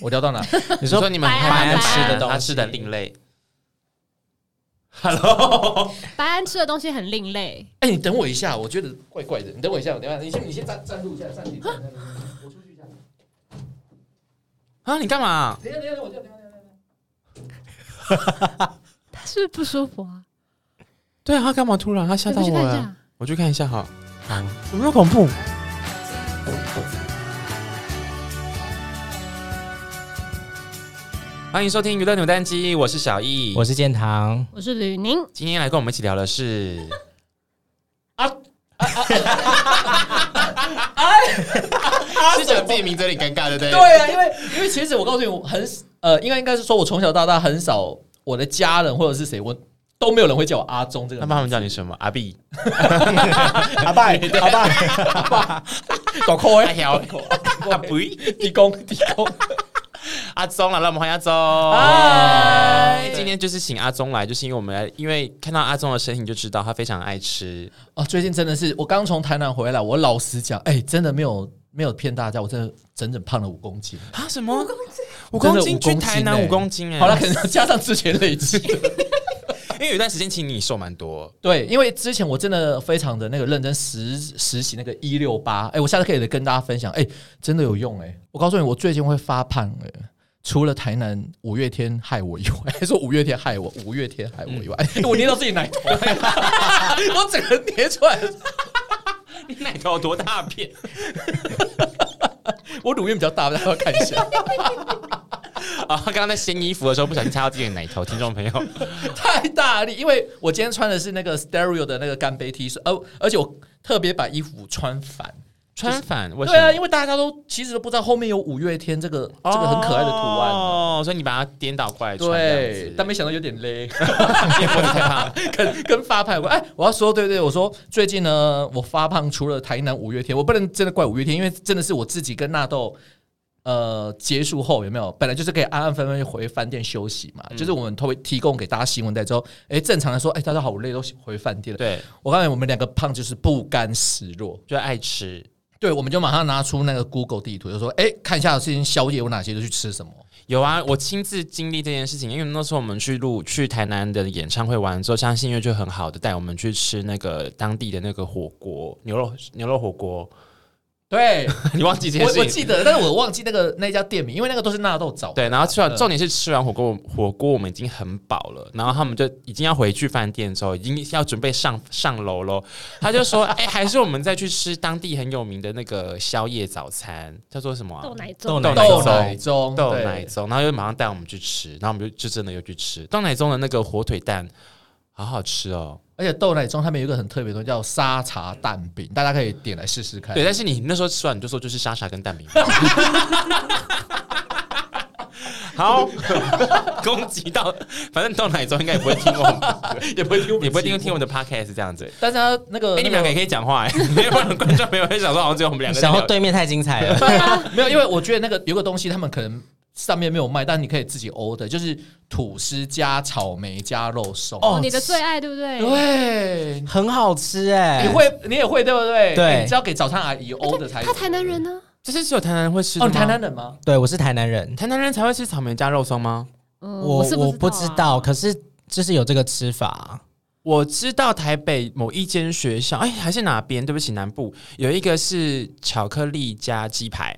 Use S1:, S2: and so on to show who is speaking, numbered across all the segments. S1: 我聊到 哪？
S2: 你说
S3: 你们很
S1: 白
S3: 害
S1: 安
S3: 怕吃
S1: 白
S3: 的
S1: 安
S3: 东西，
S2: 他吃的另类。Hello，
S4: 白安吃的东西很另类，
S1: 哎、你等我一下，我觉得怪怪的。你等我一下，我等一下，你先你先暂暂录一下，暂停，暂停暂停我出去一下。
S3: 啊，你干嘛？
S1: 等一下，等一下，我等一下，等一下，等一下。
S4: 他是不是不舒服啊？
S3: 对啊，他干嘛突然？他吓
S4: 你
S3: 到
S4: 不去
S3: 我
S4: 看一
S3: 了。
S4: 下？
S3: 我去看一下哈。有没有恐怖？欢迎收听娱乐扭蛋机，我是小易。
S2: 我是建堂，
S4: 我是吕宁，
S3: 今天来跟我们一起聊的 是
S2: 是讲自己名字有点尴尬，对不对？
S1: 对啊，因为因为其实我告诉你，我很呃，应该应该是说我从小到大很少，我的家人或者是谁，我都没有人会叫我阿忠这个
S3: 那
S1: 名字。
S3: 妈妈叫你什么？阿碧，
S2: 阿爸，阿爸，
S1: 搞扣
S3: 阿条，阿碧，
S1: 地公 地公，
S3: 阿宗啊了，让我们欢迎阿宗。
S1: 嗨
S3: 今天就是请阿宗来，就是因为我们来，因为看到阿宗的身影就知道他非常爱吃。
S1: 哦，最近真的是我刚从台南回来，我老实讲，哎、真的没有没有骗大家，我真的整整胖了五公 斤。
S3: 啊？什么？五
S1: 真的
S3: 公
S1: 五
S3: 斤？
S1: 公斤
S3: 去台南
S1: 欸
S3: 五公斤？哎，
S1: 好了，可能加上之前累积。
S3: 因为有一段时间其实你瘦蛮多，
S1: 对，因为之前我真的非常的那个认真实实习那个一六八，哎，我下次可以跟大家分享，哎、真的有用哎、我告诉你，我最近会发胖哎、除了台南五月天害我以外， 还说五月天害我，五月天害我以外，
S3: 嗯
S1: 哎我捏到自己奶头， 我整个捏出来，
S3: 你奶头有多大 片？
S1: 我乳晕比较大，大家要看一下，
S3: 啊，刚刚在掀衣服的时候不小心擦到自己的奶头，听众朋友，
S1: 太大力，因为我今天穿的是那个 Stereo 的那个干杯 T 恤，而而且我特别把衣服穿反，
S3: 穿反为什
S1: 对啊，因
S3: 么？
S1: 为大家都其实都不知道后面有五月天这个这个很可爱的图案。
S3: 哦，所以你把它颠倒过来穿，这样
S1: 对
S3: 子，
S1: 但没想到有点 勒，
S3: 因为脖子太胖，
S1: 跟跟发胖有关。哎，我要说，对对，我说最近呢，我发胖除了台南五月天，我不能真的怪五月天，因为真的是我自己跟纳豆。呃，结束后有没有？本来就是可以安安分分回饭店休息嘛，
S3: 嗯
S1: 就是我们会提供给大家新闻带之后，哎、正常的说，哎、大家好，我累，都回饭店了。
S3: 对，
S1: 我告诉你，我们两个胖就是不甘示弱，
S3: 就爱吃。
S1: 对，我们就马上拿出那个 Google 地图，就说，哎、看一下最近宵夜有哪些，就去吃什么。
S3: 有啊，我亲自经历这件事情，因为那时候我们去录去台南的演唱会完之后，相信音乐就很好的带我们去吃那个当地的那个火锅，牛肉牛肉 火锅。
S1: 对，
S3: 你忘记这件事
S1: 我
S3: 情？
S1: 我记得，但是我忘记那个那家店名，因为那个都是纳豆找的。
S3: 对，然后吃完，
S1: 嗯
S3: 重点是吃完火锅，火锅我们已经很饱了，然后他们就已经要回去饭店的时候，已经要准备上上楼喽。他就说：“ 哎、还是我们再去吃当地很有名的那个宵夜早餐，叫做什么啊、
S4: 豆奶
S2: 豆
S4: 粥，
S2: 奶
S1: 豆
S2: 豆
S1: 奶中，
S3: 豆
S1: 对
S3: 奶粥。”然后就马上带我们去吃，然后我们就就真的又去吃豆奶粥的那个火腿蛋，好好吃哦。
S1: 而且豆奶中他们有一个很特别的东西叫沙茶蛋饼，大家可以点来试试看。
S3: 对，但是你那时候吃完你就说就是莎莎跟 蛋饼。好，攻击到，反正豆奶粥应该也不会听我们
S1: 也不会听
S3: 也不一定听我们的 podcast 这样子。
S1: 但是他哦那个，
S3: 哎、你们两个也可以讲话哎、没有观众朋友会想说好像只有我们两个在
S2: 想
S3: 聊。
S2: 到对面太精彩 了，
S1: 个没有，因为我觉得那个有个东西，他们可能上面没有卖，但你可以自己 order，就是吐司加草莓加肉松。
S2: 哦
S4: 你的最爱对不对？
S1: 对，
S2: 很好吃哎。
S1: 你会你也会对不对？哎
S2: 对
S1: 你只要给早餐阿姨 order 才有
S4: 他。台南人啊呢？
S3: 这是只有台南人会吃的
S1: 哦，
S3: 吗？
S1: 你台南人吗？
S2: 对，我是台南人，
S3: 台南人才会吃草莓加肉松吗？
S4: 嗯
S2: 我
S4: 是
S2: 我
S4: 不
S2: 不
S4: 知
S2: 知
S4: 道
S2: 道，
S4: 啊，
S2: 可是就是有这个吃
S3: 啊
S2: 法。
S3: 我知道台北某一间学校，哎、还是哪边？对不起，南部有一个是巧克力加鸡排，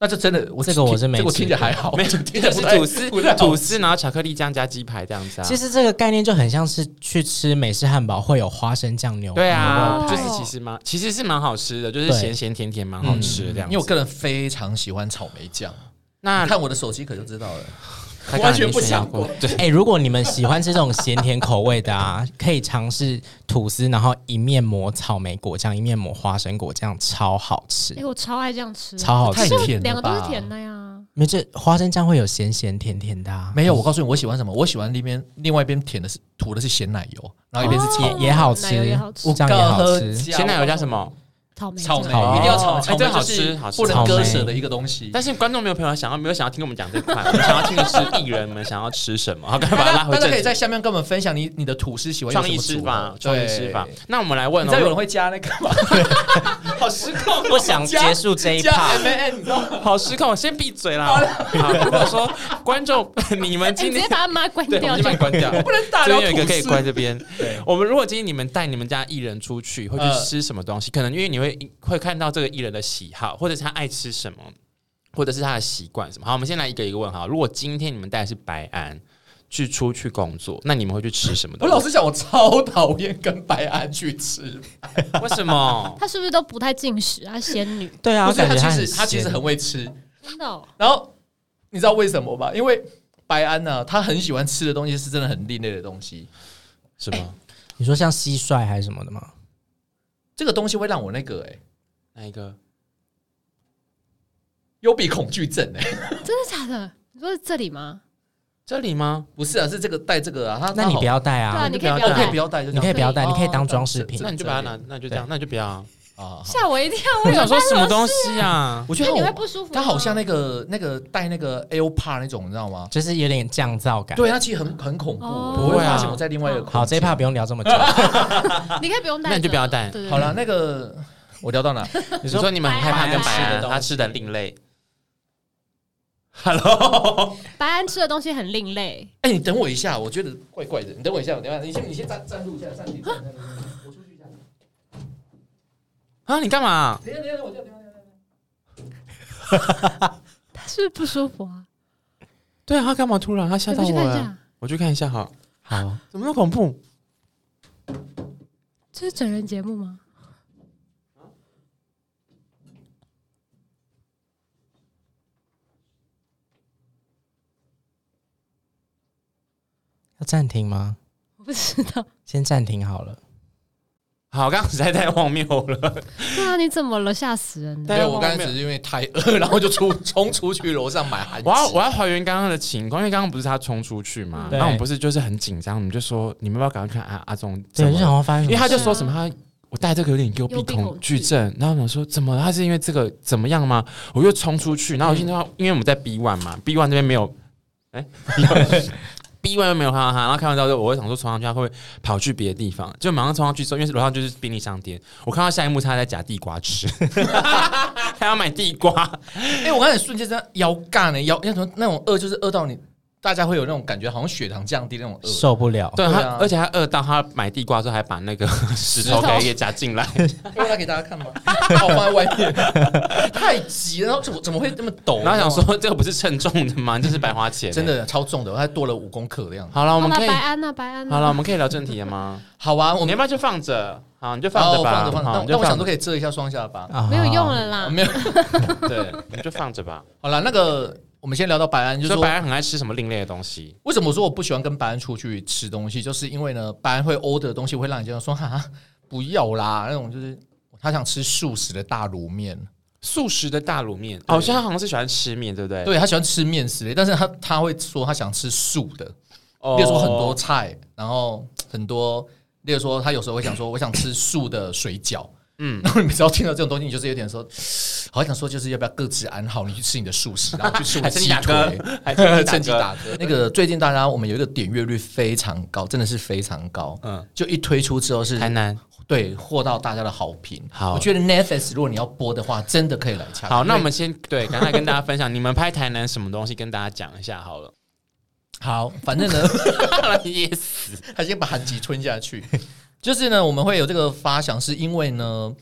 S1: 那就真的，我
S2: 这个我是没
S1: 这个我
S2: 吃
S1: 听着还好，
S3: 没有
S1: 这个 听
S3: 就
S1: 着
S3: 是
S1: 不太
S3: 吐司
S1: 不太好
S3: 吐司，然后巧克力酱加鸡排这样子啊。
S2: 其实这个概念就很像是去吃美式汉堡会有花生酱牛，
S3: 对啊，
S4: 哦
S3: 就是其实蛮其实是蛮好吃的，就是
S2: 对
S3: 咸咸甜甜蛮好吃的这样
S1: 嗯因
S3: 子。
S1: 为我个人非常喜欢草莓酱，
S3: 那
S1: 你看我的手机可就知道了。
S3: 他刚才
S1: 完全
S3: 已经
S1: 不
S3: 炫耀
S1: 想
S3: 过
S1: 过，
S3: 对，
S2: 哎、如果你们喜欢吃这种咸甜口味的啊，可以尝试吐司，然后一面抹草莓果酱，一面抹花生果酱，超好吃，
S4: 哎，我超爱这样吃，
S2: 超好吃
S1: 太。
S4: 就
S1: 甜了
S4: 两个都是
S1: 吧
S4: 甜的呀。
S2: 没有这花生酱会有咸咸甜甜的、啊，
S1: 没有，我告诉你，我喜欢什么？我喜欢那边另外一边甜的是涂的是咸奶油，然后一边是
S4: 哦
S1: 草莓。
S2: 也也好吃
S4: 奶油也好吃
S1: 我，
S2: 这样也好
S1: 告诉
S2: 吃。
S1: 你嗯
S3: 咸奶油加什么？
S4: 草莓
S1: 草莓
S2: 草莓
S1: 一定要草莓，
S3: 哎
S1: 草莓
S3: 这好
S1: 就
S3: 吃
S1: 是
S3: 好吃
S1: 不能
S2: 草莓
S1: 割舍的一个东西。
S3: 但是观众没有朋友想要，没有想要听我们讲这块，我们想要听的是艺人们想要吃什么，好，赶快把它
S1: 大家
S3: 拉回
S1: 大家
S3: 正
S1: 可以
S3: 题。
S1: 在下面跟我们分享你你的吐司喜欢用
S3: 创意
S1: 什
S3: 吃
S1: 么组
S3: 法
S1: 合，
S3: 创意吃法
S1: 对。
S3: 那我们来问
S1: 你
S3: 哦，
S1: 知道有人会加那个 吗？好失控，
S2: 不想结束这一
S1: 加
S2: 趴
S1: M N，你知道吗？
S3: 好失控，先闭嘴啦！好，我说观众， 你们
S4: 哎
S3: 今
S4: 你直接
S3: 天
S4: 把他妈关
S3: 对，我
S4: 掉
S3: 们就
S4: 就
S3: 把
S4: 好
S3: 你。关掉，
S1: 不能打
S3: 这
S1: 聊
S3: 边有一
S1: 吐
S3: 个可以
S1: 司。
S3: 关这边。
S1: 对，
S3: 我们如果今天你们带你们家艺人出去，会去
S1: 呃
S3: 吃什么东西？可能因为你会会看到这个艺人的喜好，或者是他爱吃什么，或者是他的习惯什么。好，我们先来一个一个问哈。如果今天你们带的是白安去出去工作，那你们会去吃什么
S1: 我
S3: 东
S1: 老
S3: 西？
S1: 实讲，我超讨厌跟白安去吃，
S3: 为什么？
S4: 他是不是都不太进食啊？仙女，
S2: 对啊，
S1: 不
S2: 我
S1: 是
S2: 感
S1: 他
S2: 觉
S1: 其
S2: 很
S1: 实他其实
S2: 闲
S1: 很会吃，
S4: 真的哦，
S1: 然后你知道为什么吧？因为白安呢、他很喜欢吃的东西是真的很另类的东西。
S3: 什么？
S2: 你说像蟋蟀还是什么的吗？
S1: 这个东西会让我那个哎、
S3: 哪一个？
S1: 幽闭恐惧症哎、
S4: 真的假的？你说是这里吗？
S3: 这里吗？
S1: 不是啊，是这个带这个啊，他
S2: 那你不要带
S4: 对啊，
S2: 啊，
S4: 你
S3: 就
S4: 可以
S3: 不
S4: 不
S3: 要
S4: 要
S1: 哦，可以
S4: 带
S1: 不，要带，就这
S2: 你可以
S1: 样
S2: 不要带，
S1: 哦
S2: 你可以当装饰品
S1: 这。
S3: 那你就把它拿，那就这样，那就不要啊。
S1: 啊。好
S4: 吓我一跳！
S3: 我想说什么东西啊？
S1: 我觉
S4: 那
S1: 得
S4: 你
S1: 他
S4: 会
S1: 好
S4: 不舒服吗？
S1: 他好像那个那个带那个 AirPod 那种，你知道吗？
S2: 就是有点降噪感。
S1: 对，他其实很很恐怖，
S4: 哦
S1: 我
S3: 不
S1: 会
S3: 会啊
S1: 发现我在另外一个空间
S2: 好，这一趴不用聊这么久。
S4: 你可以不用带，
S3: 那你就不要带
S4: 对对对
S1: 好了，那个我聊到哪？
S3: 你说你们很害怕跟白
S1: 白安吃的
S3: 安
S1: 东西
S3: 他吃的另类。Hello，
S4: 白安吃的东西很另类，
S1: 哎、你等我一下，我觉得怪怪的。你等我一下，我等一下，你先你先站站住一下，站起来。站起来我出去一下。
S3: 啊，你干嘛？
S1: 等一下，等一下，我这样等一下等一下。
S4: 他是不是不舒服啊？
S3: 对啊，他干嘛突然？他吓
S4: 你
S3: 到
S4: 不去
S3: 我
S4: 看一
S3: 了。
S4: 下，
S3: 我去看一下哈，
S2: 好，
S3: 怎么那么恐怖？
S4: 这是整人节目吗？
S2: 要暂停吗？
S4: 我不知道。
S2: 先暂停好了。
S3: 好，刚刚实在太荒谬 了。
S4: 对啊，你怎么了？吓死人了！
S1: 对，我刚才只是因为太饿， 然后就出冲出去楼上买韩
S3: 我要
S1: 剧。
S3: 我要还原刚刚的情况，因为刚刚不是他冲出去嘛，
S2: 对
S3: 那我们不是就是很紧张，我们就说你们要不要赶快看啊阿阿忠怎
S2: 对，就
S3: 么
S2: 想啊
S3: 了，
S2: 要发现
S3: 因为
S2: 什么
S3: 他
S2: 事，
S3: 就说什么他。我带这个有点幽闭
S4: 幽闭恐
S3: 恐惧症，然后我想说怎么了他是因为这个怎么样吗？我又冲出
S2: 嗯
S3: 去，然后我听到因为我们在 B one 嘛，B one 这边没有， 哎、b one 没有看到他，然后看完之后我会想说冲上去他会不会跑去别的地方，就马上冲上去之后，因为楼上就是便利商店，我看到下一幕是他在夹地瓜吃， 他要买地瓜，
S1: 哎、我刚才瞬间真的腰干了，腰那种那种饿，就是饿到你，大家会有那种感觉，好像血糖降低那种饿。
S2: 受不了。
S3: 哦对
S1: 对
S3: 他
S1: 啊，
S3: 而且他饿到他买地瓜的时候还把那 个石头给也夹进 来，
S1: 要不要拿给大家看吗？ 把我放在外 面，太急了，然后怎么怎么会这么抖？
S3: 然后想说这个不是称重的吗？这是白花钱，
S1: 真。的超重的，我还多了五公克的样子。
S3: 好了，我
S4: 好
S3: 们
S4: 了，
S3: 可以
S4: 白安呐，白安呐。啊
S3: 好了，我们可以聊正题了吗？
S1: 好啊，我
S3: 你
S1: 们
S3: 要不要就放着？好，你就放
S1: 哦
S3: 着吧。
S1: 放着放着，
S3: 好
S1: 但但
S3: 你就
S1: 我想
S3: 放
S1: 说可以遮一下双下 巴。
S2: 啊
S4: 没有用，了
S1: 啊
S4: 啦。
S1: 没有，
S3: 着， 对，你就放着吧。
S1: 好了，那个我们先聊到白安，就
S3: 你
S1: 是
S3: 说
S1: 说
S3: 白安很爱吃什么另类的东西？
S1: 为什么我说我不喜欢跟白安出去吃东西，就是因为呢，白安会 order 的东西会让你觉得说哈不要啦，那种就是他想吃素食的大卤面，
S3: 素食的大卤面。哦，所以他好像是喜欢吃面，对不对？，
S1: 对他喜欢吃面食类，但是他他会说他想吃素的，
S3: 哦
S1: 例如说很多菜，然后很多，例如说他有时候会想说我想吃素的水饺。嗯，然后你只要听到这种东西，你就是有点说，好想说就是要不要各自安好，你去吃你的素食，然后去 吃我的
S3: 还是
S1: 鸡
S3: 你打
S1: 腿，
S3: 嗝， 还 是
S1: 趁机
S3: 你打嗝？
S1: 打嗝。那个最近大家我们有一个点阅率非常高，真的是非常高。
S3: 嗯，
S1: 就一推出之后是
S3: 台南。
S1: 对获到大家的好评。
S3: 好
S1: 我觉得 Netflix 如果你要播的话，真的可以来洽。
S3: 好，那我
S1: 因为
S3: 们 先对，赶快跟大家分享，你们拍台南什么东西，跟大家讲一下好了。
S1: 好，反正呢，
S3: yes，
S1: 他先把韩吉吞下去。就是呢，我们会有这个发想，是因为呢，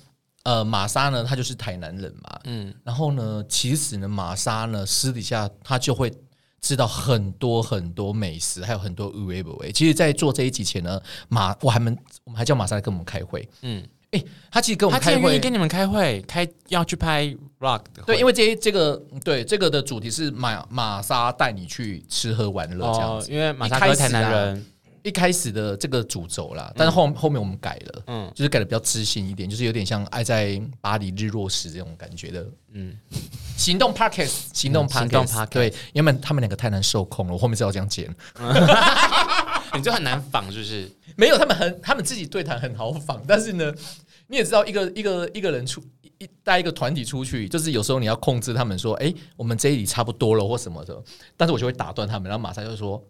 S1: 呃，玛莎呢，她就是台南人嘛，
S3: 嗯，
S1: 然后呢，其实呢，玛莎呢，私底下她就会知道很多很多美食，还有很多 u b e 其实，在做这一集前呢，马我还们我们还叫玛莎来跟我们开会。
S3: 嗯，
S1: 哎、她其实跟我
S3: 他
S1: 们
S3: 今
S1: 开
S3: 天愿意
S1: 会，
S3: 跟你们开会，开要去拍 rock 的会，
S1: 对，因为这一这个嗯对这个的主题是玛玛莎带你去吃喝玩乐这样
S3: 哦
S1: 子，，
S3: 因为马
S1: 一
S3: 萨
S1: 开
S3: 哥
S1: 始
S3: 台南人，
S1: 一开始的这个主轴啦，但是后、后面我们改了。
S3: 嗯
S1: 就是改的比较知性一点，就是有点像《爱在巴黎日落时》这种感觉的
S3: 嗯，
S1: 行动 Parkes，行动
S3: 嗯
S1: Parkes，、
S3: 行动 podcast
S1: 对，原本他们两个太难受控了，我后面是要这样剪，
S3: 你就很难仿，就是
S1: 没有，他们很，他们自己对谈很豪放，但是呢，你也知道，一个一个一个人出一一带一个团体出去，就是有时候你要控制他们说，哎、我们这一里差不多了或什么的，但是我就会打断他们，然后马上就说，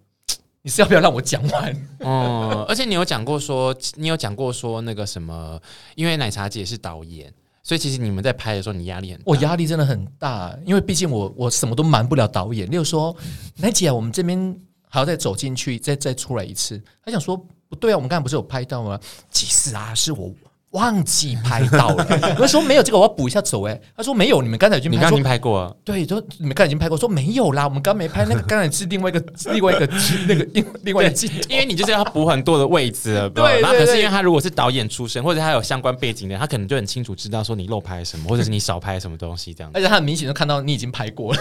S1: 你是要不要让我讲完？
S3: 哦，而且你有讲过说，你有讲过说那个什么，因为奶茶姐是导演，所以其实你们在拍的时候，你压力很大。
S1: 我压力真的很大，因为毕竟我我什么都瞒不了导演。例如说，奶姐、啊，我们这边还要再走进去，再再出来一次。他想说，不对啊，我们刚才不是有拍到吗？其实啊，是我忘记拍到 了。我说没有这个，我要补一下走、欸。哎，他说没有，你们刚才已经
S3: 你
S1: 拍
S3: 刚刚已
S1: 说
S3: 经拍过了，
S1: 对，就你们刚才已经拍过，说没有啦，我们刚没拍那个，刚才是另外一个另外一个那个另另外一个 镜头
S3: 因为你就是要补很多的位置 了，
S1: 对对
S3: 然后可是
S1: 对
S3: 因为他如果是导演出身，或者他有相关背景的，他可能就很清楚知道说你漏拍什么，或者是你少拍什么东西这样子。
S1: 而且他很明显就看到你已经拍过了。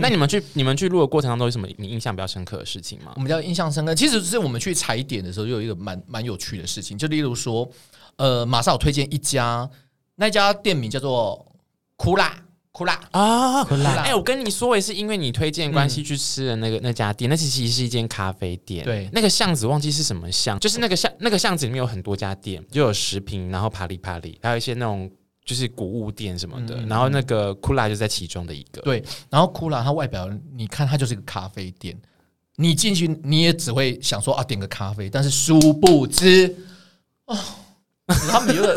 S3: 那你们去你们去录的过程当中，有什么你印象比较深刻的事情吗
S1: 我？们叫印象深刻。其实是我们去踩点的时候，就有一个蛮蛮有趣的事情，就例如说，呃，马上我推荐一家，那家店名叫做库拉库拉，
S3: 啊，
S1: 很辣嗯
S3: 哎、我跟你说，也是因为你推荐关系去吃的那个、那家店，那其实是一间咖啡店。
S1: 对
S3: 那个巷子忘记是什么巷，就是那个巷那个巷子里面有很多家店，就有食品，然后帕里帕里，还有一些那种就是谷物店什么的。
S1: 嗯嗯
S3: 然后那个库拉就在其中的一个。
S1: 对然后库拉它外表，你看它就是一个咖啡店，你进去你也只会想说啊点个咖啡，但是殊不知哦。他们有点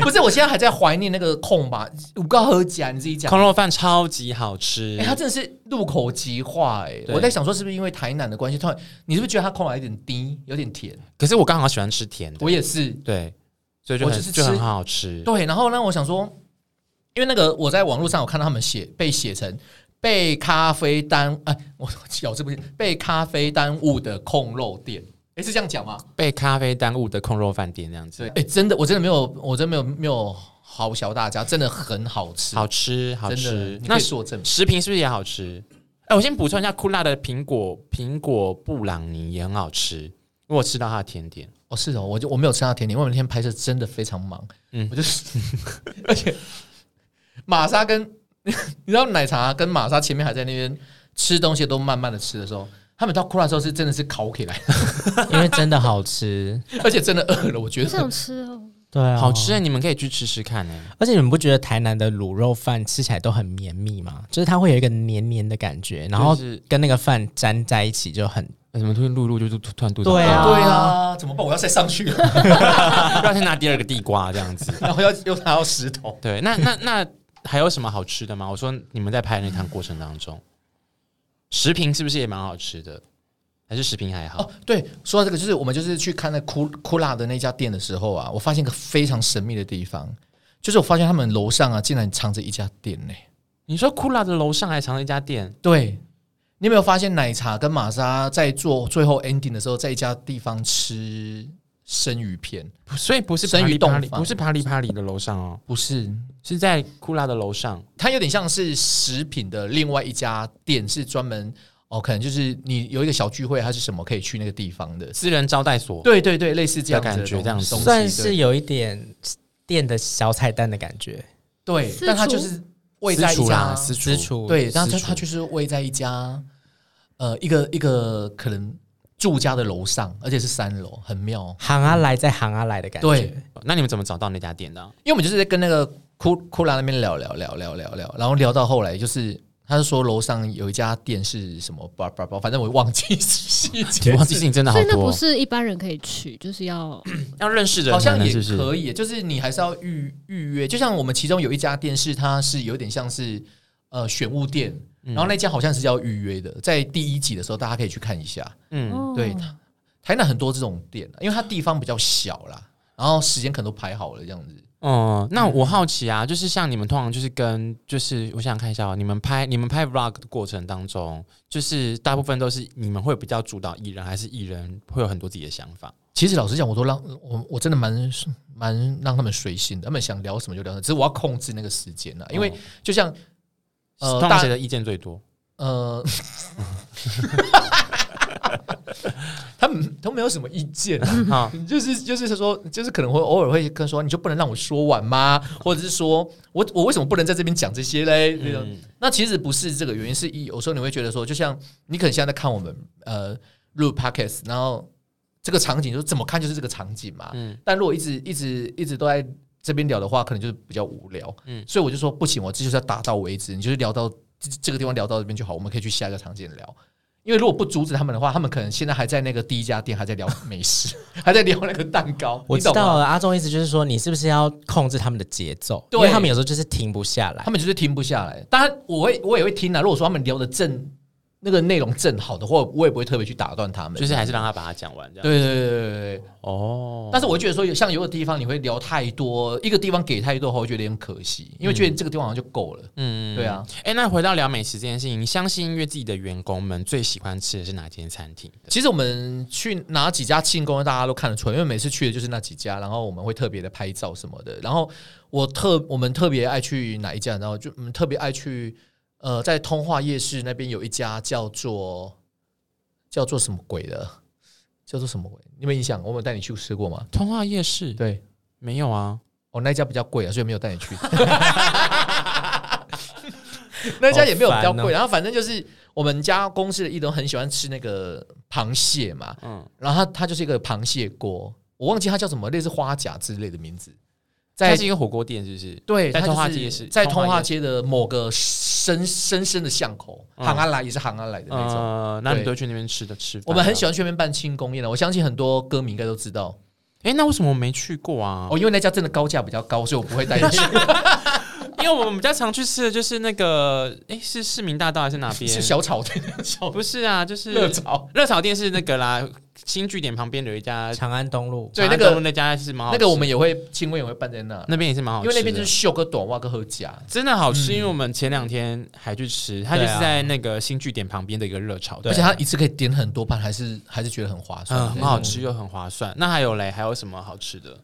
S1: 不是，我现在还在怀念那个空吧。我刚喝假，你自己讲。
S3: 空肉饭超级好吃，
S1: 哎、欸，它真的是入口即化哎、
S3: 对
S1: 我在想说，是不是因为台南的关系，突然你是不是觉得它空白有点低，有点甜？
S3: 可是我刚好喜欢吃甜的，
S1: 我也是，
S3: 对，所以就
S1: 我
S3: 很
S1: 就是
S3: 就很
S1: 吃
S3: 好吃。
S1: 对。然后呢，我想说，因为那个我在网络上有看到他们写被写成被咖啡耽哎，我 咬字不行，被咖啡耽误的控肉店。哎，是这样讲吗？
S3: 被咖啡耽误的空肉饭店那样子
S1: 对，，哎，真的，我真的没有，我真的没有没有好小大家，真的很好吃，
S3: 好吃好
S1: 真的
S3: 吃。，
S1: 你可
S3: 那
S1: 以作证。
S3: 食品是不是也好吃？哎、我先补充一下，库拉的苹果苹果布朗尼也很好吃，我有吃到它的甜点。
S1: 哦，是哦，我就我没有吃到甜点，因为我那天拍摄真的非常忙，
S3: 嗯
S1: 嗯，我就是， 而且玛莎跟 你知道奶茶跟玛莎前面还在那边吃东西，都慢慢的吃的时候，他们到哭的时候是真的是烤起来，
S2: 因为真的好吃，
S1: 而且真的饿了，我觉
S4: 好
S1: 得
S4: 想吃哦，
S2: 对啊
S3: 好吃、。你们可以去吃吃看欸呢、
S2: 而且你们不觉得台南的卤肉饭吃起来都很绵密吗？就是它会有一个黏黏的感觉，然后
S3: 就是
S2: 跟那个饭粘在一起就很
S3: 怎么突然录一录就就突然肚
S2: 对啊
S1: 对啊，怎么办？我要再上去，
S3: 不要先拿第二个地瓜这样子。
S1: 然后要又拿到石头。
S3: 对，那 那那还有什么好吃的吗？我说你们在拍那趟过程当中，食品是不是也蛮好吃的？还是食品还好？
S1: 哦，对，说到这个，就是我们就是去看那库库拉的那家店的时候啊，我发现一个非常神秘的地方，就是我发现他们楼上啊，竟然藏着一家店呢、
S3: 你说库拉的楼上还藏了一家店，
S1: 对，你有没有发现奶茶跟玛莎在做最后 ending 的时候，在一家地方吃生鱼片？
S3: 所以不是
S1: 生
S3: 帕
S1: 鱼
S3: 里帕
S1: 冻
S3: 里，
S1: 饭
S3: 不是帕里帕里的楼上哦，
S1: 不是，
S3: 是在库拉的楼上。
S1: 它有点像是食品的另外一家店，是专门哦，可能就是你有一个小聚会还是什么可以去那个地方的。
S3: 私人招待所，
S1: 对对对，类似这样子的
S3: 的感觉
S1: 东
S3: 这样子
S1: 东西
S2: 算
S1: 对
S2: 是有一点店的小彩蛋的感觉。
S1: 对，
S4: 私
S1: 但它
S4: 厨
S1: 就是位在一
S3: 私厨啦
S1: 家
S3: 私厨
S2: 私厨
S1: 对，但它
S3: 私厨
S1: 它就是位在一家呃一个一个可能住家的楼上，而且是三楼，很妙哦。
S2: 行啊来，再行啊来的感觉。
S1: 对，
S3: 那你们怎么找到那家店的啊、
S1: 因为我们就是在跟那个库库拉那边聊聊聊聊聊聊，然后聊到后来就是。他就说楼上有一家店是什么吧吧吧，反正我忘记细 节
S3: 我，忘记事情真的好
S4: 所以那不
S3: 多，
S4: 是一般人可以去，就是要
S3: 要认识的人
S1: 好像
S3: 才能
S1: 也
S3: 是不是
S1: 可以，就是你还是要预预约。就像我们其中有一家店是它是有点像是呃选物店，
S3: 嗯
S1: 然后那家好像是要预约的，在第一集的时候大家可以去看一下。
S3: 嗯，
S4: 哦
S1: 对台南很多这种店，啊因为它地方比较小啦，然后时间可能都排好了这样子。
S3: 哦、那我好奇啊，就是像你们通常就是跟，就是我想看一下、哦，你们拍你们拍 vlog 的过程当中，就是大部分都是你们会比较主导艺人，还是艺人会有很多自己的想法？
S1: 其实老实讲，我都让我我真的蛮蛮让他们随性的，他们想聊什么就聊什么，只是我要控制那个时间啊，因为
S3: 哦
S1: 就像呃
S3: 通常
S1: 大
S3: 谁的意见最多？
S1: 呃， 他们都没有什么意见、
S3: 好
S1: 啊，就是就是说，就是可能会偶尔会跟说，你就不能让我说完吗？或者是说我我为什么不能在这边讲这些嘞？那种、
S3: 嗯
S1: 那其实不是这个原因，是一有时候你会觉得说，就像你可能现在在看我们呃录 podcast，然后这个场景就怎么看就是这个场景嘛。
S3: 嗯
S1: 但如果一直一直一直都在这边聊的话，可能就是比较无聊。嗯
S3: 嗯，
S1: 所以我就说不行，我这就是要打到为止，你就是聊到这这个地方聊到这边就好，我们可以去下一个场景聊。因为如果不阻止他们的话，他们可能现在还在那个第一家店，还在聊美食， 还在聊那个蛋糕，
S2: 我
S1: 你
S2: 知
S1: 懂
S2: 道
S1: 吗？
S2: 了，阿忠意思就是说，你是不是要控制他们的节奏？
S1: 对
S2: 因为他们有时候就是停不下来
S1: 他。们就是停不下来。当然，我会我也会听啊。如果说他们聊的正那个内容正好的话，我也不会特别去打断他们。
S3: 就是还是让他把它讲完这样。
S1: 对对对对对对。
S3: 哦，
S1: 但是我会觉得说，有像有的地方你会聊太多，一个地方给太多的话，我会觉得有点可惜，因为觉得这个地方好像就够了。
S3: 嗯
S1: 对啊，
S3: 哎、那回到聊美食这件事情，相信音乐自己的员工们最喜欢吃的是哪间餐厅？
S1: 其实我们去哪几家庆功，大家都看得出来，因为每次去的就是那几家，然后我们会特别的拍照什么的。然后我特我们特别爱去哪一家，然后就我们特别爱去呃，在通化夜市那边有一家叫做叫做什么鬼的，叫做什么鬼？你有没有印象？我有带你去吃过吗？
S3: 通化夜市
S1: 对，
S3: 没有啊？
S1: 哦，那一家比较贵啊，所以没有带你 去。那一家也没有比较
S2: 好
S1: 贵，
S2: 烦哦
S1: 然后反正就是我们家公司的一都很喜欢吃那个螃蟹嘛，
S3: 嗯，
S1: 然后它它就是一个螃蟹锅，我忘记它叫什么，类似花甲之类的名字，
S3: 它
S1: 在
S3: 是一个火锅店，是不是？
S1: 对，
S3: 在
S1: 它
S3: 通化
S1: 就是
S3: 街是
S1: 在
S3: 通
S1: 通
S3: 化
S1: 化
S3: 街
S1: 街的某个深深深的巷口，
S3: 嗯
S1: 行啊安来也是行安来的那种。
S3: 呃，那你
S1: 对
S3: 们都去那边吃的吃饭啊？
S1: 我们很喜欢去那边办庆功宴的，啊我相信很多歌迷应该都知道
S3: 哎、那为什么我没去过啊？
S1: 哦，因为那家真的高价比较高，所以我不会 带你去。
S3: 因为我们比较常去吃的就是那个，哎、是市民大道 还是哪边？
S1: 是小炒店，小
S3: 不是啊，就是
S1: 热炒，
S3: 热炒店是那个啦，新据点旁边有一家，
S2: 长安东路，
S1: 对那
S3: 长安
S1: 个
S3: 东路那家是蛮好
S1: 那
S3: 吃
S1: 个我们也会庆功宴也会办在那，
S3: 那边也是蛮好
S1: 因为
S3: 吃的，
S1: 那边就是秀跟短袜跟和甲。
S3: 真的好
S1: 嗯
S3: 吃，因为我们前两天还去吃，它就
S2: 对啊
S3: 是在那个新据点旁边的一个热炒
S1: 而
S3: 店，
S1: 且它一次可以点很多盘，还是还是觉得很划算，
S3: 嗯，很好吃又很划算。那还有嘞，还有什么好吃的？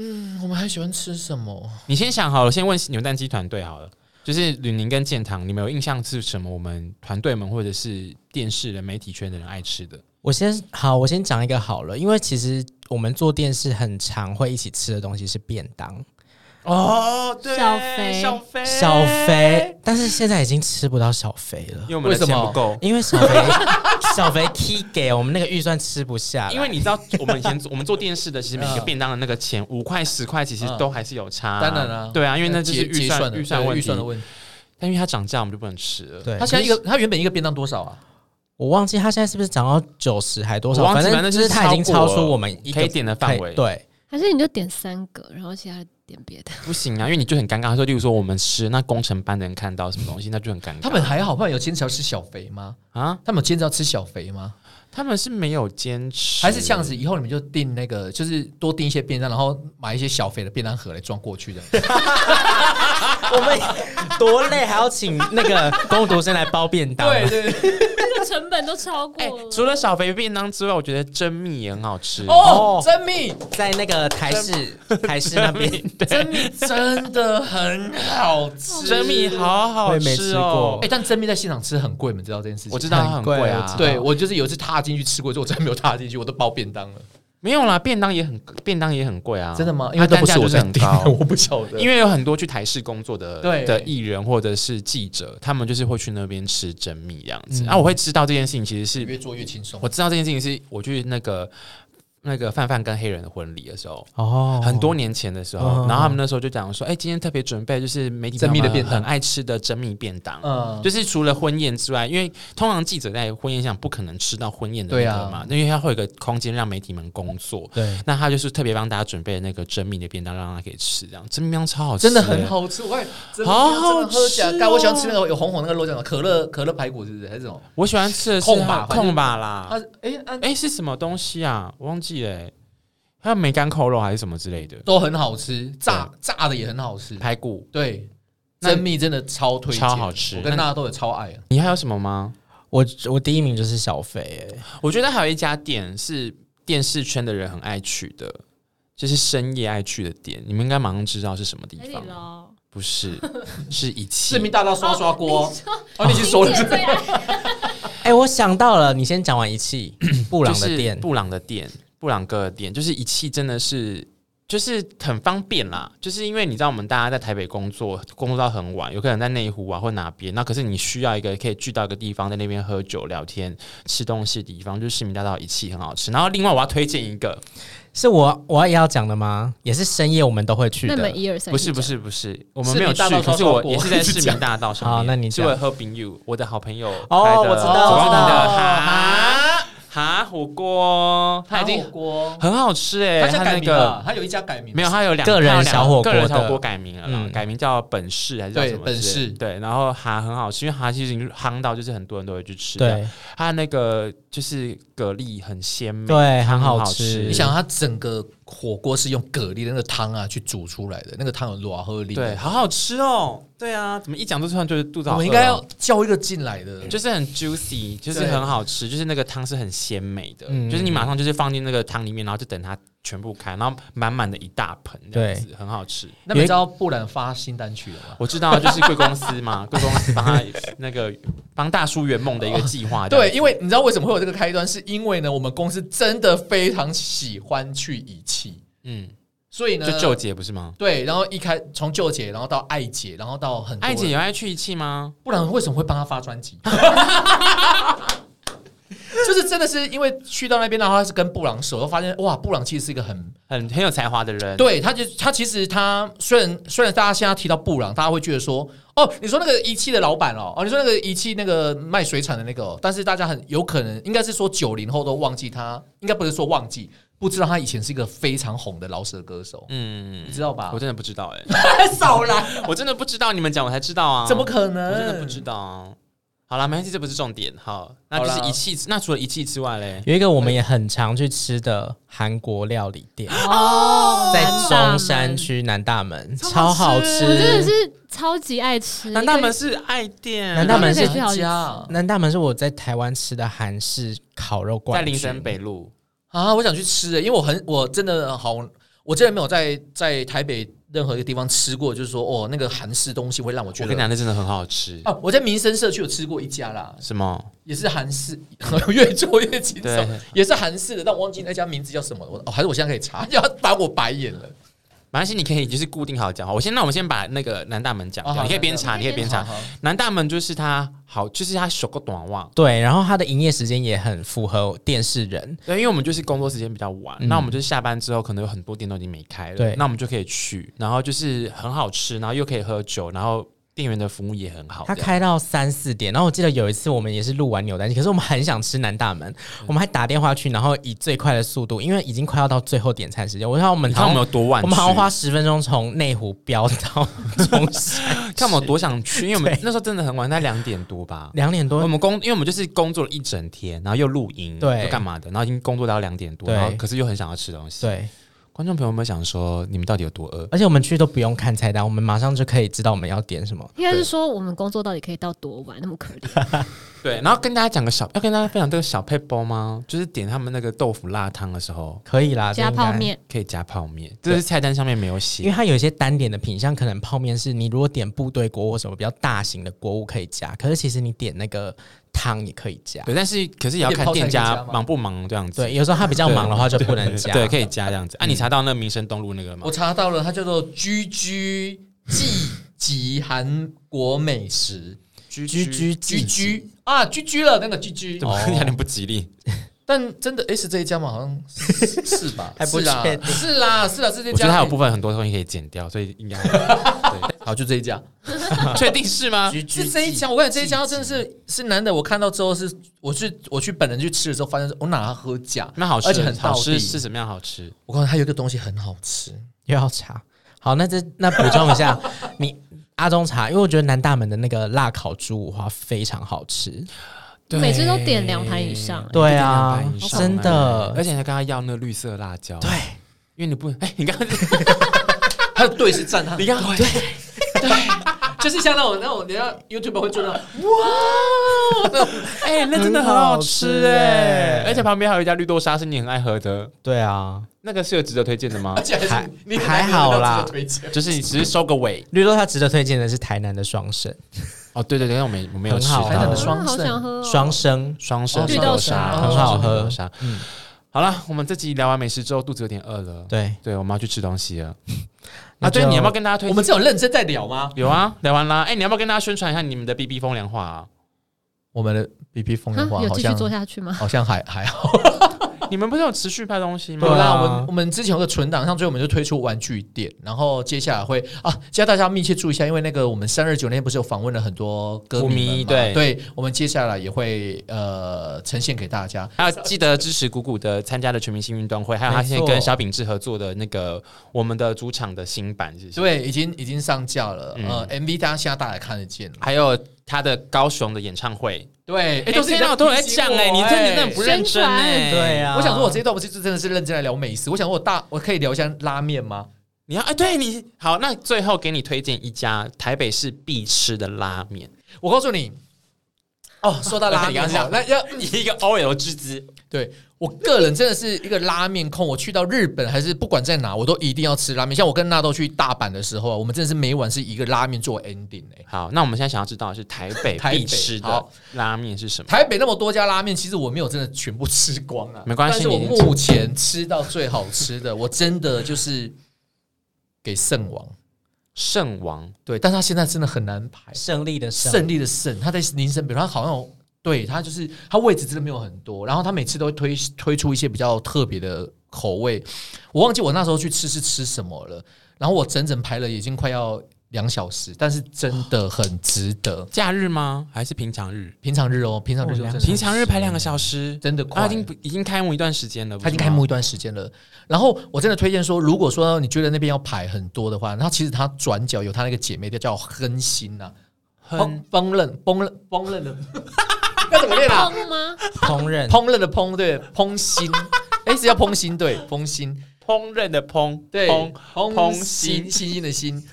S1: 嗯。我们还喜欢吃什么？
S3: 你先想好了，先问扭蛋机团队好了。就是吕宁跟建堂，你们有印象是什么？我们团队们或者是电视人、媒体圈的人爱吃的？
S2: 我先好，我先讲一个好了，因为其实我们做电视很常会一起吃的东西是便当，
S3: 哦，
S4: 对小肥小
S3: 肥
S2: 小肥，但是现在已经吃不到小肥了
S3: 因，为我们
S1: 为
S3: 的
S1: 什
S3: 钱
S1: 么
S3: 不够。
S2: 因为小肥小肥 T 给我们那个预算吃不下来，
S3: 因为你知道，我们以前做我们做电视的，其实每个便当的那个钱五块十块，其实都还是有差、
S1: 当然啦
S3: 对啊，因为那就是
S1: 结结
S3: 预算
S1: 的
S3: 预算
S1: 对
S3: 问
S1: 预
S3: 题
S1: 算的问题。
S3: 但因为它涨价，我们就不能吃了。
S2: 对
S1: 它现在一个，它原本一个便当多少啊？
S2: 我忘记他现在是不是涨到九十还多少，
S3: 我忘记
S2: 正
S3: 反正
S2: 就
S3: 就是是
S2: 他已经
S3: 超过
S2: 超
S3: 了
S2: 出我们一个
S3: 可以点的范围
S2: 对，
S4: 还是你就点三个，然后其他点别的。
S3: 不行啊，因为你就很尴尬。说，例如说我们吃，那工程班的人看到什么东西，那就很尴尬。
S1: 他们还好，不然有坚持要吃小肥吗？
S3: 啊，
S1: 他们有坚持要吃小肥吗？
S3: 他们是没有坚持，
S1: 还是这样子？以后你们就订那个，就是多订一些便当，然后买一些小肥的便当盒来装过去的。
S2: 我们 多累还要请那个工读生来包便当，
S1: 对对，
S4: 这个成本都超过
S3: 哎、除了小肥便当之外，我觉得蒸蜜也很好吃。
S1: 哦，珍蜜，
S2: 在那个台式台式 那边，
S1: 珍蜜真的很好吃，
S3: 蒸蜜。好
S2: 我
S3: 好
S2: 也没
S3: 吃
S2: 吃
S3: 哦
S2: 过
S1: 哎、！但珍蜜在现场吃很贵，你们知道这件事情？
S3: 我知道它很贵
S2: 很贵我
S3: 啊，
S2: 知道
S1: 对我就是有一次踏进去吃过之后，我真的没有踏进去，我都包便当了。
S3: 没有啦，便当也很便当也很贵啊，
S1: 真的吗？因
S3: 它
S1: 为都不
S3: 单价
S1: 是我
S3: 就是
S1: 在
S3: 很
S1: 订
S3: 高
S1: 的，。我不晓得。
S3: 因为有很多去台视工作的
S1: 对
S3: 的艺人或者是记者，他们就是会去那边吃蒸蜜这样子。啊
S2: 嗯
S3: 然后、我会知道这件事情，其实是
S1: 越做越轻松。
S3: 我知道这件事情是我去那个那个范范跟黑人的婚礼的时候。
S2: 哦
S3: 很多年前的时候，
S2: 嗯
S3: 然后他们那时候就讲说：“哎、今天特别准备就是媒体
S1: 珍蜜的
S3: 朋友们
S1: 便当
S3: 很爱吃的珍蜜便当，
S1: 嗯，
S3: 就是除了婚宴之外，因为通常记者在婚宴上不可能吃到婚宴的
S1: 对
S3: 那
S1: 啊
S3: 个嘛，因为它会有一个空间让媒体们工作。
S2: 对，
S3: 那他就是特别帮大家准备那个珍蜜的便当，让他可以吃，这样珍蜜便当超好吃，
S1: 真的很好吃，我看真的
S3: 好好
S1: 真的喝起来
S3: 吃哦
S1: 干我喜欢吃那个有红红那个肉酱的可乐可乐排骨是不是？还是什么？
S3: 我喜欢吃的是
S1: 控吧
S3: 它
S1: 反正
S3: 控吧
S1: 它
S3: 啦。
S1: 哎、啊
S3: 哎、是什么东西啊？我忘记了、欸，还有梅干扣肉还是什么之类的
S1: 都很好吃，炸炸的也很好吃。
S3: 排骨。
S1: 对，
S3: 那
S1: 珍蜜真的超推荐，
S3: 超好吃
S1: 我跟大家都有超爱啊。
S3: 你还有什么吗？
S2: 我我第一名就是小肥、哎
S3: 我觉得还有一家店是电视圈的人很爱去的，就是深夜爱去的店。你们应该马上知道是什么地
S4: 海底
S3: 方，
S4: 捞
S3: 不是？是一
S1: 市
S3: 气
S1: 民。大道刷刷锅，哦，你已经说了
S4: 你
S1: 是
S4: 姐
S1: 不是
S4: 最爱
S2: 哎、我想到了，你先讲 完一气布朗的
S3: 就是
S2: 店，
S3: 布朗的店，布朗哥的店，就是一气真的是就是很方便啦，就是因为你知道我们大家在台北工作，工作到很晚，有可能在内湖啊或哪边，那可是你需要一个可以聚到一个地方，在那边喝酒、聊天、吃东西的地方，就是市民大道一气很好吃。然后另外我要推荐一个，
S2: 是我我也要讲的吗？也是深夜我们都会去
S4: 那你
S2: 的
S4: 们。一二三，
S3: 不是不
S4: 是，
S3: 是不是，我们没有去
S1: 市民大，道
S3: 可是
S1: 烧
S3: 我
S1: 烤锅
S3: 也是在市民大道上面，
S2: 好那你
S3: 是
S2: 讲
S3: 我和朋友，我的好朋友
S2: 哦
S3: 开的
S2: 我知道
S3: 手工
S2: 我知道
S3: 的哈哈火锅，它已经
S1: 火锅，
S3: 很好吃哎、
S1: 他
S3: 它
S1: 现在
S3: 那
S1: 改名
S3: 个
S1: 了，他有一家改名，
S3: 没有，它有两
S2: 个人
S3: 它有两
S2: 小火锅
S3: 个人小
S2: 的
S3: 火锅改名了啦，
S2: 嗯
S3: 改名叫本市还是叫
S1: 对
S3: 什么之类的？
S1: 本市
S3: 对，然后哈很好吃，因为哈其实已经夯到就是很多人都会去吃的。
S2: 对
S3: 它那个就是蛤蜊很鲜美，
S2: 对，
S3: 汤
S2: 很
S3: 好
S2: 好
S3: 吃
S2: 吃。
S1: 你想，它整个火锅是用蛤蜊的那个汤啊去煮出来的，那个汤有多喝力？
S3: 对，好好吃哦。对啊，怎么一讲都突然觉得肚子
S1: 我
S3: 好饿哦、
S1: 们应该要叫一个进来的，
S3: 就是很 juicy，就是
S1: 对
S3: 很好吃，就是那个汤是很鲜美的，
S2: 嗯
S3: 就是你马上就是放进那个汤里面，然后就等它全部开，然后满满的一大盆这样子，很好吃。
S1: 那你知道布兰发新单曲了吗？
S3: 我知道，啊就是贵公司嘛， 贵公司帮他那个帮大叔圆梦的一个计划。
S1: 对，
S3: 为
S1: 因为你知道为什么会有这个开端，是因为呢，我们公司真的非常喜欢去仪器，
S3: 嗯，
S1: 所以呢，
S3: 就舅姐不是吗？
S1: 对，然后一开从舅姐，然后到艾姐，然后到很多
S3: 艾姐
S1: 人，
S3: 有爱去一气吗？
S1: 不然为什么会帮她发专 辑？就是真的是因为去到那边，然后他是跟布朗熟，然后发现哇，布朗其实是一个很
S3: 很很有才华的人，，
S1: 对，他就他其实他虽然虽然大家现在提到布朗，大家会觉得说，哦，你说那个仪器的老板哦，哦，你说那个仪器那个卖水产的那个、哦，但是大家很有可能应该是说九零后都忘记他，应该不是说忘记，不知道他以前是一个非常红的饶舌歌手，
S3: 嗯
S1: 你，知道吧
S3: 我？真的不知道哎、
S1: 少来，
S3: 我真的不知道，你们讲我才知道啊，
S1: 怎么可
S3: 我
S1: 能？
S3: 真的不知道啊。好啦，没关系，这不是重点。好，那就
S1: 好
S3: 是
S1: 啦
S3: 一气。那除了一气之外嘞，
S2: 有一个我们也很常去吃的韩国料理店，
S4: 哦
S2: 在中山，区南大门，超
S3: 超
S2: 好
S3: 好吃
S4: 南大门我真的
S2: 吃。
S4: 是超级爱吃。
S3: 南大门是爱店，
S2: 南大门是
S4: 可以去好几次
S1: 家啊
S2: 南大门是我在台湾吃的韩式烤肉
S3: 在
S2: 馆，
S3: 林森北路。
S1: 啊！我想去吃、欸，因为我很我真的好，我真的没有在在台北任何一个地方吃过，就是说哦，那个韩式东西会让我觉得
S3: 我跟你。讲，那真的很好吃。
S1: 哦，我在民生社区有吃过一家啦，
S3: 什么？
S1: 也是韩式， 越做越轻
S3: 对
S1: 松，也是韩式的，但我忘记那家名字叫什么了。我哦，还是我现在可以查，要把我白眼了。
S3: 马来西你可以就是固定好讲话。我先，那我们先把那个南大门讲
S1: 哦
S3: 掉，
S1: 好
S3: 你可以边查，
S4: 南大门
S3: 你可以边查
S1: 好。好
S3: 南大门就是它好，就是它手个短袜。
S2: 对，然后它的营业时间也很符合电视人，
S3: 对，因为我们就是工作时间比较晚，
S2: 嗯
S3: 那我们就是下班之后，可能有很多店都已经没开了，
S2: 对
S3: 那我们就可以去，然后就是很好吃，然后又可以喝酒，然后店员的服务也很好。
S2: 他
S3: 这样
S2: 开到三四点，然后我记得有一次我们也是录完扭蛋机，可是我们很想吃南大门，
S3: 嗯
S2: 我们还打电话去，然后以最快的速度，因为已经快要到最后点餐时间，我看我们
S3: 你看我
S2: 好
S3: 们有
S2: 像
S3: 多晚去？
S2: 我们好像花十分钟从内湖飙到中 山，
S3: 看我们有多想去，因为我们
S2: 对
S3: 那时候真的很晚，在两点多吧。
S2: 两点
S3: 我
S2: 多，
S3: 们工，因为我们就是工作了一整天，然后又露营，
S2: 对
S3: 又干嘛的，然后已经工作到两点多，
S2: 对
S3: 然后可是又很想要吃东西。，
S2: 对，
S3: 观众朋友们想说，你们到底有多饿？
S2: 而且我们去都不用看菜单，我们马上就可以知道我们要点什么。
S4: 应该是说我们工作到底可以到多晚？那么可怜，
S3: 对，然后跟大家讲个小，要跟大家分享这个小配包吗？就是点他们那个豆腐辣汤的时候，
S2: 可以啦，
S4: 加
S2: 这应该
S4: 泡，面，
S3: 可以加泡面，这是菜单上面没有
S2: 因为
S3: 写。
S2: 它有一些单点的品相，可能泡面是你如果点部队锅或什么比较大型的锅物可以加，可是其实你点那个汤也可以加。
S3: 对，但是可是也要看店家忙不忙这样子。
S2: 对，有时候他比较忙的话就不能加。
S3: 对，可以加这样子。啊，你查到那民生东路那个了吗
S1: 我？查到了，它叫做 “GG 季集韩国美食
S3: 居
S2: 居居
S1: ”，GG 啊，GG 了那个
S3: 怎
S1: GG，
S3: 么 有 点不吉利？
S1: 但真的诶是这一家吗？好像是 是吧？
S2: 还不
S1: 是啦
S2: 确，定
S1: 是啦，是啦，是这
S3: 我觉
S1: 家。
S3: 得它有部分很多东西可以剪掉，所以应该
S1: 好，就这一家，
S3: 确定 是吗？
S2: 居居
S1: 啊是这一家。我感觉这一家真的是是男的，我看到之后是，我去我去本人去吃的时候，发现我哪他喝假，
S3: 那好吃，
S1: 而且很
S3: 好
S1: 道
S3: 吃
S1: 地
S3: 是怎么样好吃？
S1: 我告诉你，它有一个东西很好吃，
S2: 又要查。好，那这那补充一下，你阿中查，因为我觉得南大门的那个辣烤猪五花非常好吃。
S4: 我每次都点两盘以上欸
S2: 对啊
S3: 哎
S1: 哦
S3: 一定要拌一，上
S2: 真
S3: 哎
S2: 的
S3: 而，且还跟他要那绿色辣椒，
S2: 对，
S3: 因为你不，哎，你刚 刚
S1: 它的对是赞叹
S3: 你刚刚对，
S1: 就是像那种那种人家 YouTube 会做
S3: 啊
S1: 到，
S3: 哎，那真的很好吃
S2: 很好吃哎
S3: 哎，而且旁边还有一家绿豆沙是你很爱喝的，
S2: 对啊，
S3: 那个是有值得推荐的吗
S1: 而？且还
S2: 还
S1: 是你
S2: 还好啦
S1: 推荐
S3: 就是你只是收个尾
S2: 绿豆它值得推荐的是台南的双生，
S3: 哦，对对对，那我没我没有
S2: 很
S3: 吃
S2: 好
S3: 到
S2: 啊
S1: 台南的
S4: 啊
S1: 双
S4: 好
S1: 盛
S4: 想喝哦
S2: 双生
S3: 双
S1: 哦
S3: 生
S1: 绿豆沙
S3: 沙
S1: 很
S2: 好喝
S3: 绿豆沙
S2: 嗯
S3: 好了，我们这集聊完美食之后，肚子有点饿了。
S2: 对，
S3: 对，我们要去吃东西了。
S2: 那
S3: 啊，对，
S2: 就
S3: 你要不要跟大家推荐？
S1: 我们这有认真在聊吗？
S3: 有啊，聊完啦。哎、你要不要跟大家宣传一下你们的 BB 风凉话啊？
S1: 我们的 B B 风凉话
S4: 啊有
S1: 好
S4: 继续
S1: 像
S4: 做下去吗？
S1: 好像还还好。
S3: 你们不是有持续拍东西吗？
S2: 对
S1: 有
S2: 啊
S1: 啦，我们我们之前有个存档，像最后我们就推出玩具店，然后接下来会啊，接下来大家要密切注意一下，因为那个我们三二九那天不是有访问了很多歌迷
S3: 舞
S1: 们
S3: 迷
S1: 嘛
S3: 对
S1: 对，我们接下来也会呃呈现给大家。
S3: 还有记得支持谷谷的参加的全明星运动会，还有他现在跟小秉志合作的那个我们的主场的新版，谢谢。
S1: 对，已经已经上架了，
S3: 嗯
S1: 呃，MV 大家现在大家看得见了。
S3: 还有他的高雄的演唱会，
S1: 对，哎，
S3: 都
S1: 都
S3: 是
S1: 是
S3: 你好多人在讲哎，你真的真的很不认真哎、
S4: 宣
S2: 对啊
S1: 我想说，我这一段我是真的是认真来聊美食。我想说，我大我可以聊一下拉面吗？
S3: 你要哎，对你好，那最后给你推荐一家台北市必吃的拉面，
S1: 我告诉你，哦，说到拉
S3: 你刚
S1: 面
S3: 刚
S1: 好，那要
S3: 你一个 OL 之姿，
S1: 对我个人真的是一个拉面控，我去到日本还是不管在哪，我都一定要吃拉面。像我跟纳豆去大阪的时候啊，我们真的是每晚是一个拉面做 ending 哎、
S3: 好，那我们现在想要知道的是台北
S1: 台北
S3: 必吃的
S1: 好
S3: 拉面是什么？
S1: 台北那么多家拉面，其实我没有真的全部吃光啊，
S3: 没关系
S1: 但是我
S3: 你
S1: 目前吃到最好吃 的，我真的就是给圣王。
S3: 圣王
S1: 对，但他现在真的很难排。
S2: 胜利的胜，
S1: 胜利的胜，他在林森北路，他好像有对他就是他位置真的没有很多，然后他每次都会推推出一些比较特别的口味，我忘记我那时候去吃是吃什么了，然后我整整排了已经快要两小时，但是真的很值得。
S3: 假日吗？还是平常日？
S1: 平常日哦，平常日就真的
S3: 平常日排两个小时，
S1: 真的
S3: 他
S1: 快，
S3: 已经不已经开幕一段时间了，
S1: 他已经
S3: 不是
S1: 开
S3: 吗
S1: 幕一段时间了。然后我真的推荐说，如果说你觉得那边要排很多的话，然后其实他转角有他那个姐妹店叫亨心呐、啊，
S3: 很
S1: 烹烹饪烹饪烹饪的，那怎么 念啊？
S4: 碰吗？
S2: 烹 饪
S1: 烹饪的烹对，烹心，哎、是叫烹心对，烹心
S3: 烹饪的烹，
S1: 对，
S3: 烹
S1: 烹
S3: 心
S1: 心星星的心，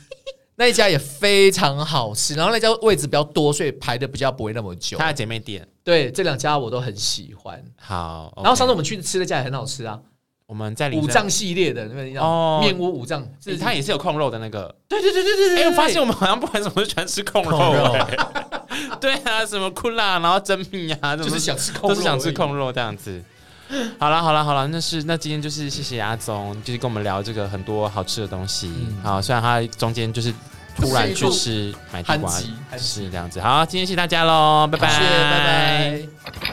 S1: 那一家也非常好吃，然后那家位置比较多，所以排的比较不会那么久
S3: 他。的姐妹店。
S1: 对，这两家我都很喜欢。
S3: 好，
S1: 然后上次我
S3: 我
S1: 们去吃那家也很好吃啊，
S3: 我们在林
S1: 五
S3: 森
S1: 脏系列的，那个
S3: 哦
S1: 哦，面窝五脏，
S3: 是它也是有控肉的那个。
S1: 对对对对对对。
S3: 哎，
S1: 对
S3: 我发现我们好像不管什么都喜欢吃控肉
S2: 控肉
S3: 哎。 对啊，什么库辣，然后蒸米啊，
S1: 就是想吃控
S3: 都
S1: 肉，
S3: 是想吃。控肉这样子。好了好了好了，那是那今天就是谢谢阿宗，就是跟我们聊这个很多好吃的东西。
S1: 嗯
S3: 好，虽然他中间就是突然去
S1: 不
S3: 吃买地
S1: 憨
S3: 瓜
S1: 鸡，憨鸡
S3: 是这样子。好，今天谢谢大家喽，拜拜，
S1: 谢谢，拜拜。